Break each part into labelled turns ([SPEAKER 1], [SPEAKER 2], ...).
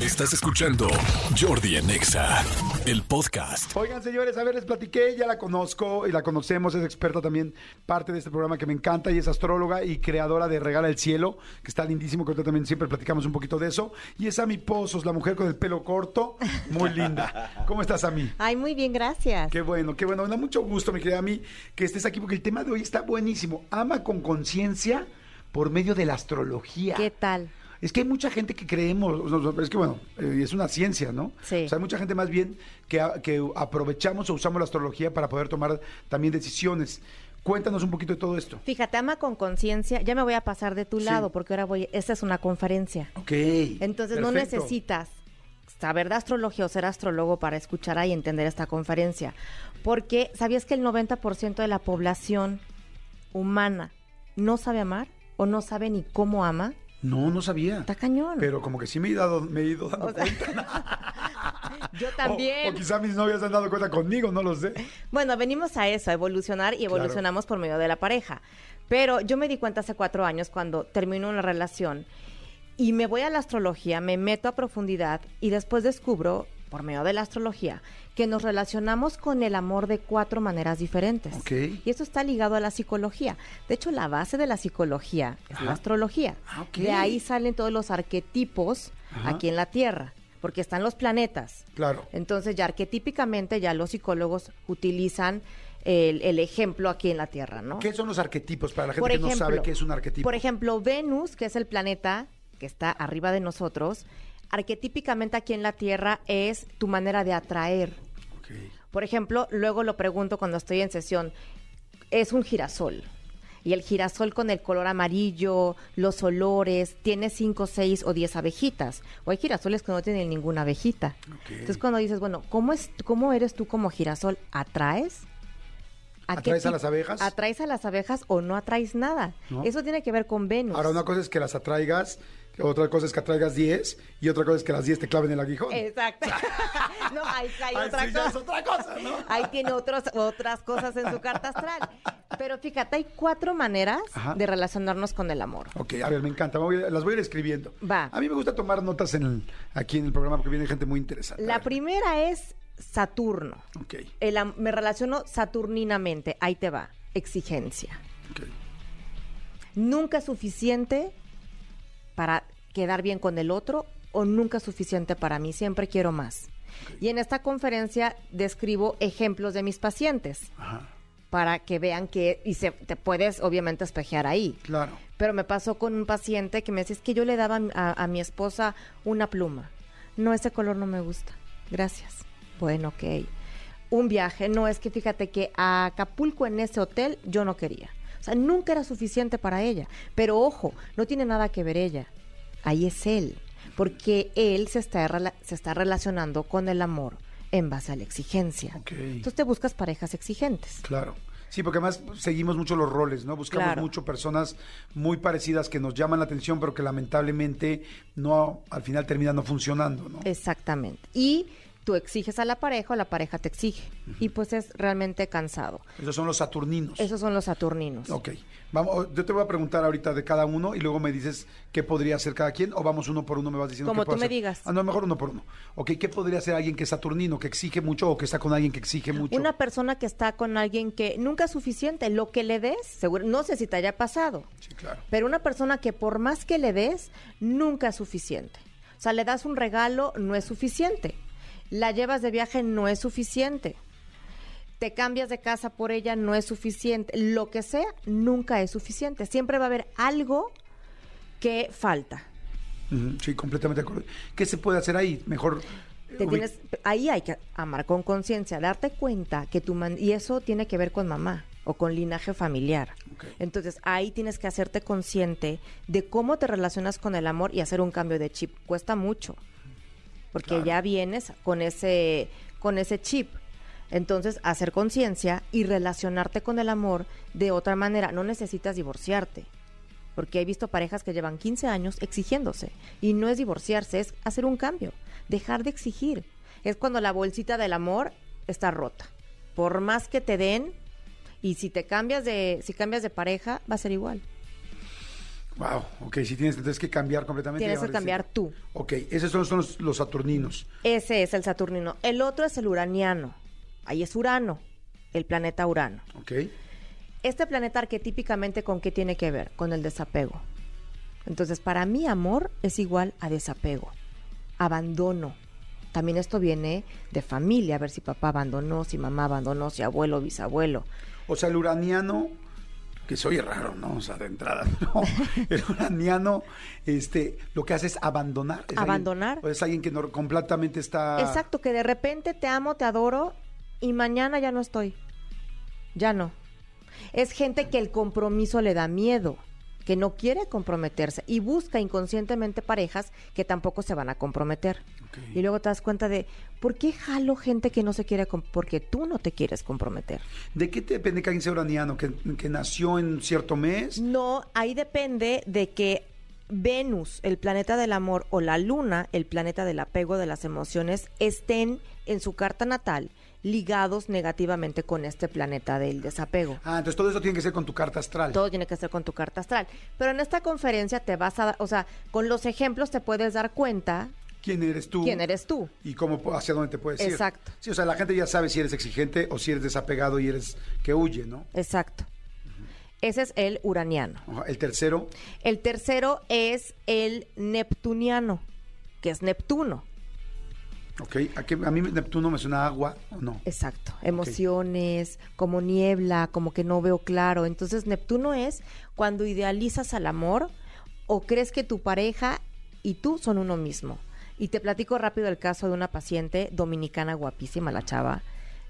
[SPEAKER 1] Estás escuchando Jordi en Exa, el podcast.
[SPEAKER 2] Oigan, señores, a ver, les platiqué, ya la conozco y la conocemos, es experta también, parte de este programa que me encanta y es astróloga y creadora de Regala el Cielo, que está lindísimo, que ahorita también siempre platicamos un poquito de eso. Y es Ami Pozos, la mujer con el pelo corto, muy linda. ¿Cómo estás, Ami?
[SPEAKER 3] Ay, muy bien, gracias.
[SPEAKER 2] Qué bueno, qué bueno. Me da mucho gusto, mi querida Ami, que estés aquí porque el tema de hoy está buenísimo. Ama con conciencia por medio de la astrología.
[SPEAKER 3] ¿Qué tal?
[SPEAKER 2] Es que hay mucha gente que creemos, no, no, es que bueno, eh, es una ciencia, ¿no?
[SPEAKER 3] Sí.
[SPEAKER 2] O sea, hay mucha gente más bien que, a- que aprovechamos o usamos la astrología para poder tomar también decisiones. Cuéntanos un poquito de todo esto.
[SPEAKER 3] Fíjate, ama con conciencia. Ya me voy a pasar de tu
[SPEAKER 2] Sí.
[SPEAKER 3] lado porque ahora voy. Esta es una conferencia.
[SPEAKER 2] Ok.
[SPEAKER 3] Entonces no necesitas saber de astrología o ser astrólogo para escuchar y entender esta conferencia. Porque ¿sabías que el 90% de la población humana no sabe amar o no sabe ni cómo ama?
[SPEAKER 2] No, no sabía.
[SPEAKER 3] Está cañón.
[SPEAKER 2] Pero como que sí me he, dado, me he ido dando
[SPEAKER 3] O sea,
[SPEAKER 2] cuenta.
[SPEAKER 3] Yo
[SPEAKER 2] O-
[SPEAKER 3] también.
[SPEAKER 2] O, quizá mis novias se han dado cuenta conmigo, no lo sé.
[SPEAKER 3] Bueno, venimos a eso, a evolucionar y evolucionamos por medio de la pareja. Pero yo me di cuenta hace cuatro años cuando termino una relación y me voy a la astrología, me meto a profundidad y después descubro, por medio de la astrología, que nos relacionamos con el amor de cuatro maneras diferentes.
[SPEAKER 2] Ok.
[SPEAKER 3] Y esto está ligado a la psicología. De hecho, la base de la psicología es
[SPEAKER 2] Ajá.
[SPEAKER 3] la astrología.
[SPEAKER 2] Ah, ok.
[SPEAKER 3] De ahí salen todos los arquetipos
[SPEAKER 2] Ajá.
[SPEAKER 3] aquí en la Tierra, porque están los planetas.
[SPEAKER 2] Claro.
[SPEAKER 3] Entonces, ya arquetípicamente, ya los psicólogos utilizan el, el ejemplo aquí en la Tierra, ¿no?
[SPEAKER 2] ¿Qué son los arquetipos para la gente que no sabe qué es un arquetipo?
[SPEAKER 3] Por ejemplo, Venus, que es el planeta que está arriba de nosotros, arquetípicamente aquí en la Tierra es tu manera de atraer.
[SPEAKER 2] Ok.
[SPEAKER 3] Por ejemplo, luego lo pregunto cuando estoy en sesión, es un girasol. Y el girasol con el color amarillo, los olores, tiene cinco, seis o diez abejitas. O hay girasoles que no tienen ninguna abejita.
[SPEAKER 2] Ok.
[SPEAKER 3] Entonces cuando dices, bueno, ¿cómo, es, ¿cómo eres tú como girasol? ¿Atraes? qué
[SPEAKER 2] ¿Atraes a
[SPEAKER 3] tip-
[SPEAKER 2] las abejas?
[SPEAKER 3] ¿Atraes a las abejas o no atraes nada?
[SPEAKER 2] No.
[SPEAKER 3] Eso tiene que ver con Venus.
[SPEAKER 2] Ahora, una cosa es que las atraigas, otra cosa es que atraigas 10 y otra cosa es que las 10 te claven el aguijón.
[SPEAKER 3] Exacto. no, ahí hay
[SPEAKER 2] Ay,
[SPEAKER 3] otra
[SPEAKER 2] sí, ya
[SPEAKER 3] cosa.
[SPEAKER 2] es otra cosa, ¿no?
[SPEAKER 3] Ahí tiene otros, otras cosas en su carta astral. Pero fíjate, hay cuatro maneras
[SPEAKER 2] Ajá.
[SPEAKER 3] de relacionarnos con el amor.
[SPEAKER 2] Ok, a ver, me encanta. Voy a- las voy a ir escribiendo.
[SPEAKER 3] Va.
[SPEAKER 2] A mí me gusta tomar notas en el- aquí en el programa porque viene gente muy interesante. A
[SPEAKER 3] La
[SPEAKER 2] ver.
[SPEAKER 3] primera es Saturno.
[SPEAKER 2] Ok,
[SPEAKER 3] El am- me relaciono saturninamente. Ahí te va. Exigencia.
[SPEAKER 2] ok.
[SPEAKER 3] Nunca es suficiente para quedar bien con el otro o nunca es suficiente para mí. Siempre quiero más. Y en esta conferencia describo ejemplos de mis pacientes
[SPEAKER 2] Ajá.
[SPEAKER 3] para que vean que y se, te puedes obviamente espejear ahí.
[SPEAKER 2] Claro.
[SPEAKER 3] Pero me pasó con un paciente que me decía, es que yo le daba a, a mi esposa una pluma. No, ese color no me gusta. Gracias. Bueno, ok. Un viaje. No, es que fíjate que a Acapulco en ese hotel yo no quería. O sea, nunca era suficiente para ella. Pero ojo, no tiene nada que ver ella. Ahí es él. Porque él se está, rela- se está relacionando con el amor en base a la exigencia.
[SPEAKER 2] Ok.
[SPEAKER 3] Entonces te buscas parejas exigentes.
[SPEAKER 2] Claro. Sí, porque además seguimos mucho los roles, ¿no? Buscamos
[SPEAKER 3] Claro.
[SPEAKER 2] mucho personas muy parecidas que nos llaman la atención, pero que lamentablemente no, al final terminan no funcionando, ¿no?
[SPEAKER 3] Exactamente. Y tú exiges a la pareja o la pareja te exige. Y pues es realmente cansado.
[SPEAKER 2] Esos son los saturninos.
[SPEAKER 3] Esos son los saturninos.
[SPEAKER 2] Ok, vamos, yo te voy a preguntar ahorita de cada uno y luego me dices qué podría hacer cada quien o vamos uno por uno, me vas diciendo.
[SPEAKER 3] Como
[SPEAKER 2] qué puedo
[SPEAKER 3] tú me
[SPEAKER 2] hacer.
[SPEAKER 3] digas.
[SPEAKER 2] Ah, no, mejor uno por uno. Ok, ¿qué podría hacer alguien que es saturnino, que exige mucho o que está con alguien que exige mucho?
[SPEAKER 3] Una persona que está con alguien que nunca es suficiente, lo que le des, seguro, no sé si te haya pasado,
[SPEAKER 2] Sí, claro.
[SPEAKER 3] pero una persona que por más que le des, nunca es suficiente. O sea, le das un regalo, no es suficiente. La llevas de viaje, no es suficiente. Te cambias de casa por ella, no es suficiente. Lo que sea, nunca es suficiente. Siempre va a haber algo que falta.
[SPEAKER 2] Ujú, Sí, completamente de acuerdo. ¿Qué se puede hacer ahí? Mejor. eh,
[SPEAKER 3] Te
[SPEAKER 2] ubi-
[SPEAKER 3] tienes, ahí hay que amar con conciencia, darte cuenta que tu man, y eso tiene que ver con mamá o con linaje familiar.
[SPEAKER 2] Ok.
[SPEAKER 3] Entonces ahí tienes que hacerte consciente de cómo te relacionas con el amor y hacer un cambio de chip. Cuesta mucho, porque
[SPEAKER 2] Claro.
[SPEAKER 3] ya vienes con ese, con ese chip. Entonces, hacer conciencia y relacionarte con el amor de otra manera. No necesitas divorciarte. Porque he visto parejas que llevan 15 años exigiéndose. Y no es divorciarse, es hacer un cambio, dejar de exigir. Es cuando la bolsita del amor está rota. Por más que te den, y si te cambias de, si cambias de pareja, va a ser igual.
[SPEAKER 2] Wow, ok, si tienes entonces que cambiar completamente.
[SPEAKER 3] Tienes
[SPEAKER 2] ahora
[SPEAKER 3] que
[SPEAKER 2] sí.
[SPEAKER 3] cambiar tú.
[SPEAKER 2] Ok, esos son, son los, los saturninos.
[SPEAKER 3] Ese es el Saturnino. El otro es el Uraniano. Ahí es Urano, el planeta Urano.
[SPEAKER 2] Ok,
[SPEAKER 3] Este planeta arquetípicamente con qué tiene que ver? Con el desapego. Entonces, para mí amor es igual a desapego, abandono. También esto viene de familia, a ver si papá abandonó, si mamá abandonó, si abuelo, bisabuelo.
[SPEAKER 2] o sea, el uraniano, que soy raro, ¿no? O sea, de entrada, no. El uraniano, este, lo que hace es abandonar. Es alguien-
[SPEAKER 3] Abandonar.
[SPEAKER 2] o es alguien que no, completamente está.
[SPEAKER 3] Exacto, que de repente te amo, te adoro y mañana ya no estoy. Ya no. Es gente que el compromiso le da miedo, que no quiere comprometerse y busca inconscientemente parejas que tampoco se van a comprometer.
[SPEAKER 2] Ok.
[SPEAKER 3] Y luego te das cuenta de, ¿por qué jalo gente que no se quiere? com- Porque tú no te quieres comprometer.
[SPEAKER 2] ¿De qué te depende que alguien sea uraniano? ¿Que, que nació en cierto mes?
[SPEAKER 3] No, ahí depende de que Venus, el planeta del amor, o la Luna, el planeta del apego de las emociones, estén en su carta natal ligados negativamente con este planeta del desapego.
[SPEAKER 2] Ah, entonces todo eso tiene que ser con tu carta astral.
[SPEAKER 3] Todo tiene que ser con tu carta astral. Pero en esta conferencia te vas a, o sea, con los ejemplos te puedes dar cuenta
[SPEAKER 2] ¿Quién eres tú?
[SPEAKER 3] quién eres tú.
[SPEAKER 2] y cómo po- hacia dónde te puedes ir.
[SPEAKER 3] Exacto.
[SPEAKER 2] Sí, o sea, la gente ya sabe si eres exigente o si eres desapegado y eres que huye, ¿no?
[SPEAKER 3] Exacto. Ese es el uraniano.
[SPEAKER 2] Ajá, El tercero,
[SPEAKER 3] El tercero es el neptuniano, que es Neptuno.
[SPEAKER 2] ok, ¿a, qué- a mí Neptuno me suena a agua o no.
[SPEAKER 3] Exacto, emociones, como niebla, como que no veo claro. Entonces Neptuno es cuando idealizas al amor o crees que tu pareja y tú son uno mismo. Y te platico rápido el caso de una paciente dominicana guapísima, la chava,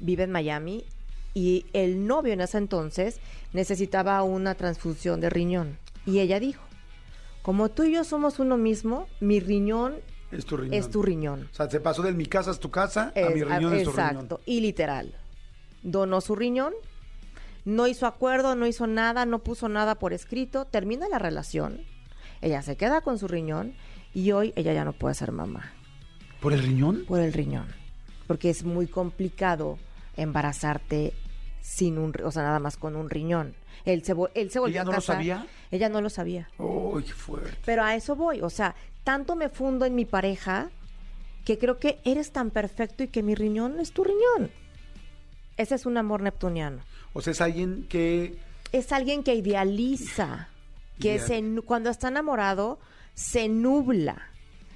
[SPEAKER 3] vive en Miami y el novio en ese entonces necesitaba una transfusión de riñón. Y ella dijo, como tú y yo somos uno mismo, mi riñón
[SPEAKER 2] Es tu riñón.
[SPEAKER 3] es tu riñón.
[SPEAKER 2] O sea, se pasó del mi casa es tu casa a mi
[SPEAKER 3] Es- a-
[SPEAKER 2] riñón es tu
[SPEAKER 3] exacto,
[SPEAKER 2] riñón.
[SPEAKER 3] y literal. Donó su riñón, no hizo acuerdo, no hizo nada, no puso nada por escrito, termina la relación, ella se queda con su riñón y hoy ella ya no puede ser mamá
[SPEAKER 2] ¿Por el riñón?
[SPEAKER 3] por el riñón, porque es muy complicado embarazarte sin un, ri- o sea, nada más con un riñón. Él se, vol- él se volvió
[SPEAKER 2] ¿Ella
[SPEAKER 3] a
[SPEAKER 2] no lo
[SPEAKER 3] casar.
[SPEAKER 2] sabía?
[SPEAKER 3] Ella no lo sabía.
[SPEAKER 2] ¡Uy, qué fuerte!
[SPEAKER 3] Pero a eso voy, o sea, tanto me fundo en mi pareja que creo que eres tan perfecto y que mi riñón es tu riñón. Ese es un amor neptuniano.
[SPEAKER 2] O sea, es alguien que...
[SPEAKER 3] Es alguien que idealiza, que
[SPEAKER 2] Ideal.
[SPEAKER 3] se nu- cuando está enamorado se nubla.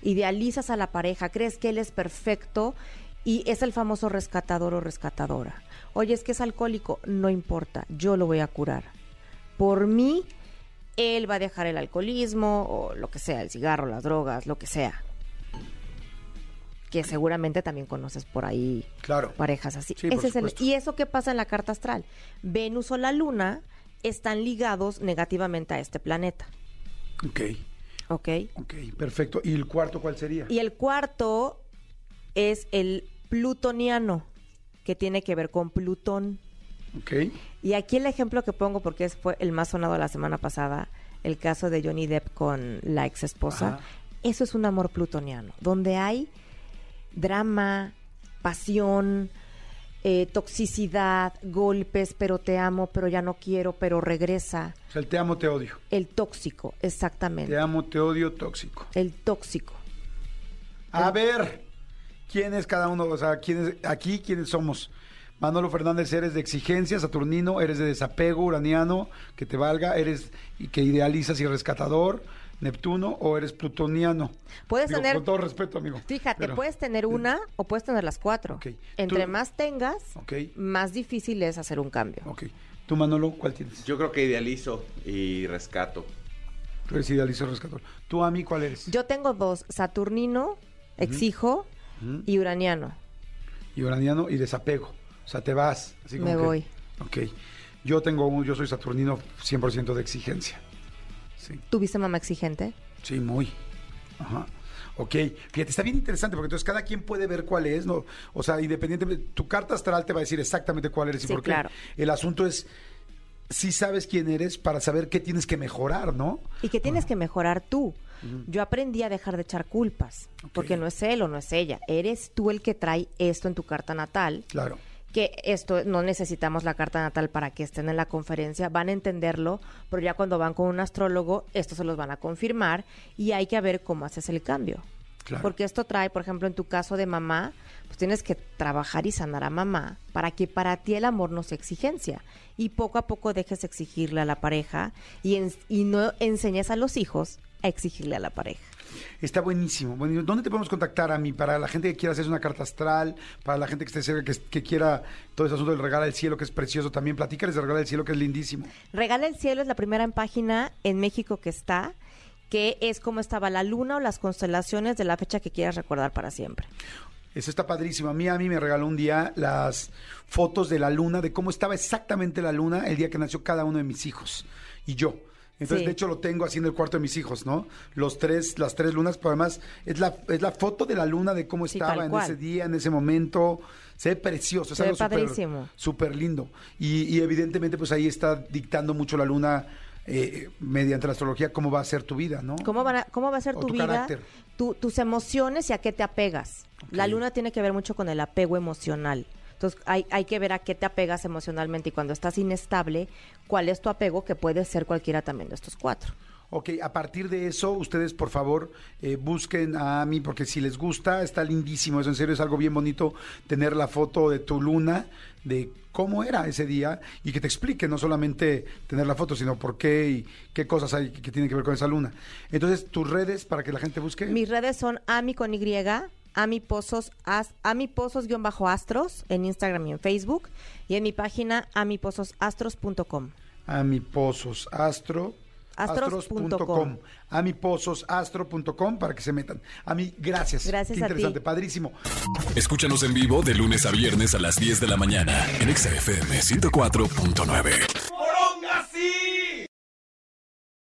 [SPEAKER 3] Idealizas a la pareja, crees que él es perfecto y es el famoso rescatador o rescatadora. Oye, es que es alcohólico, no importa, yo lo voy a curar. Por mí, él va a dejar el alcoholismo o lo que sea, el cigarro, las drogas, lo que sea. Que seguramente también conoces por ahí
[SPEAKER 2] Claro.
[SPEAKER 3] parejas así.
[SPEAKER 2] Sí, por
[SPEAKER 3] Ese es el-
[SPEAKER 2] supuesto.
[SPEAKER 3] y eso que pasa en la carta astral. Venus o la Luna están ligados negativamente a este planeta.
[SPEAKER 2] Ok,
[SPEAKER 3] ¿Ok?
[SPEAKER 2] ok, perfecto. ¿Y el cuarto cuál sería?
[SPEAKER 3] Y el cuarto es el plutoniano, que tiene que ver con Plutón.
[SPEAKER 2] Ok.
[SPEAKER 3] Y aquí el ejemplo que pongo, porque es- fue el más sonado la semana pasada, el caso de Johnny Depp con la ex esposa,
[SPEAKER 2] Ajá.
[SPEAKER 3] eso es un amor plutoniano, donde hay drama, pasión, eh, toxicidad, golpes, pero te amo, pero ya no quiero, pero regresa.
[SPEAKER 2] O sea, el te amo, te odio.
[SPEAKER 3] El tóxico, exactamente.
[SPEAKER 2] Te amo, te odio, tóxico.
[SPEAKER 3] El tóxico.
[SPEAKER 2] A ver, ¿quién es cada uno? O sea, ¿quién es aquí? ¿Quiénes somos? Manolo Fernández, eres de exigencia, Saturnino, eres de desapego, uraniano, que te valga, eres y que idealizas y rescatador, Neptuno, o eres plutoniano.
[SPEAKER 3] Puedes
[SPEAKER 2] Digo,
[SPEAKER 3] tener-
[SPEAKER 2] Con todo respeto, amigo.
[SPEAKER 3] Fíjate,
[SPEAKER 2] pero-
[SPEAKER 3] puedes tener una o puedes tener las cuatro.
[SPEAKER 2] Ok.
[SPEAKER 3] Entre
[SPEAKER 2] Tú-
[SPEAKER 3] más tengas,
[SPEAKER 2] Ok.
[SPEAKER 3] más difícil es hacer un cambio.
[SPEAKER 2] Ok. Tú, Manolo, ¿cuál tienes?
[SPEAKER 4] Yo creo que idealizo y rescato.
[SPEAKER 2] Tú eres idealizo, rescatador. Tú, Ami, ¿cuál eres?
[SPEAKER 3] Yo tengo dos, Saturnino, exijo
[SPEAKER 2] Ujú.
[SPEAKER 3] y Uraniano.
[SPEAKER 2] y uraniano y desapego. O sea, te vas. así como
[SPEAKER 3] Me
[SPEAKER 2] que-
[SPEAKER 3] voy.
[SPEAKER 2] Ok. Yo tengo un, yo soy Saturnino 100% de exigencia. Sí.
[SPEAKER 3] ¿Tuviste mamá exigente?
[SPEAKER 2] Sí, muy. Ajá. Ok, fíjate, está bien interesante porque entonces cada quien puede ver cuál es, ¿no? O sea, independientemente, tu carta astral te va a decir exactamente cuál eres y
[SPEAKER 3] Sí,
[SPEAKER 2] por qué.
[SPEAKER 3] claro.
[SPEAKER 2] El asunto es si sabes quién eres para saber qué tienes que mejorar, ¿no?
[SPEAKER 3] Y que
[SPEAKER 2] Ah.
[SPEAKER 3] tienes que mejorar tú. Yo aprendí a dejar de echar culpas,
[SPEAKER 2] Ok.
[SPEAKER 3] porque no es él o no es ella, eres tú el que trae esto en tu carta natal
[SPEAKER 2] Claro.
[SPEAKER 3] que esto no necesitamos la carta natal para que estén en la conferencia, van a entenderlo, pero ya cuando van con un astrólogo, esto se los van a confirmar y hay que ver cómo haces el cambio.
[SPEAKER 2] Claro.
[SPEAKER 3] Porque esto trae, por ejemplo, en tu caso de mamá, pues tienes que trabajar y sanar a mamá para que para ti el amor no sea exigencia y poco a poco dejes de exigirle a la pareja y, ens- y no enseñes a los hijos a exigirle a la pareja.
[SPEAKER 2] Está buenísimo. buenísimo. ¿Dónde te podemos contactar a mí? Para la gente que quiera hacerse una carta astral, para la gente que esté cerca, que, que quiera todo ese asunto del regalo del cielo, que es precioso también. Platícales del regalo del cielo, que es lindísimo.
[SPEAKER 3] Regala el cielo es la primera en página en México que está, que es como estaba la luna o las constelaciones de la fecha que quieras recordar para siempre.
[SPEAKER 2] Eso está padrísimo. A mí, a mí me regaló un día las fotos de la luna, de cómo estaba exactamente la luna el día que nació cada uno de mis hijos y yo. Entonces,
[SPEAKER 3] Sí.
[SPEAKER 2] de hecho, lo tengo así en el cuarto de mis hijos, ¿no? Los tres, las tres lunas, pero además es la, es la foto de la luna de cómo
[SPEAKER 3] Sí,
[SPEAKER 2] estaba
[SPEAKER 3] tal
[SPEAKER 2] en
[SPEAKER 3] cual.
[SPEAKER 2] ese día, en ese momento. Se ve precioso, es
[SPEAKER 3] Se ve
[SPEAKER 2] algo súper-
[SPEAKER 3] padrísimo.
[SPEAKER 2] súper lindo. Y, y evidentemente, pues ahí está dictando mucho la luna eh, mediante la astrología cómo va a ser tu vida, ¿no?
[SPEAKER 3] ¿Cómo, van a- cómo va a ser
[SPEAKER 2] O
[SPEAKER 3] tu,
[SPEAKER 2] tu
[SPEAKER 3] vida,
[SPEAKER 2] carácter.
[SPEAKER 3] tu- tus emociones y a qué te apegas? La
[SPEAKER 2] Ok.
[SPEAKER 3] luna tiene que ver mucho con el apego emocional. Entonces hay, hay que ver a qué te apegas emocionalmente y cuando estás inestable, cuál es tu apego, que puede ser cualquiera también de estos cuatro.
[SPEAKER 2] Ok, a partir de eso, ustedes por favor eh, busquen a Ami, porque si les gusta, está lindísimo. Eso en serio es algo bien bonito tener la foto de tu luna, de cómo era ese día y que te explique, no solamente tener la foto, sino por qué y qué cosas hay que, que tienen que ver con esa luna. Entonces, tus redes para que la gente busque.
[SPEAKER 3] Mis redes son Ami con Y, Ami Pozos, as- Ami Pozos guión bajo astros en Instagram y en Facebook y en mi página amipozosastros.com.
[SPEAKER 2] Ami Pozos Astro.
[SPEAKER 3] Astros punto com.
[SPEAKER 2] Amipozosastro.com para que se metan. Ami, gracias.
[SPEAKER 3] Gracias
[SPEAKER 2] Qué
[SPEAKER 3] a ti.
[SPEAKER 2] interesante, padrísimo.
[SPEAKER 1] Escúchanos en vivo de lunes a viernes a las 10 de la mañana en Exa FM 104.9.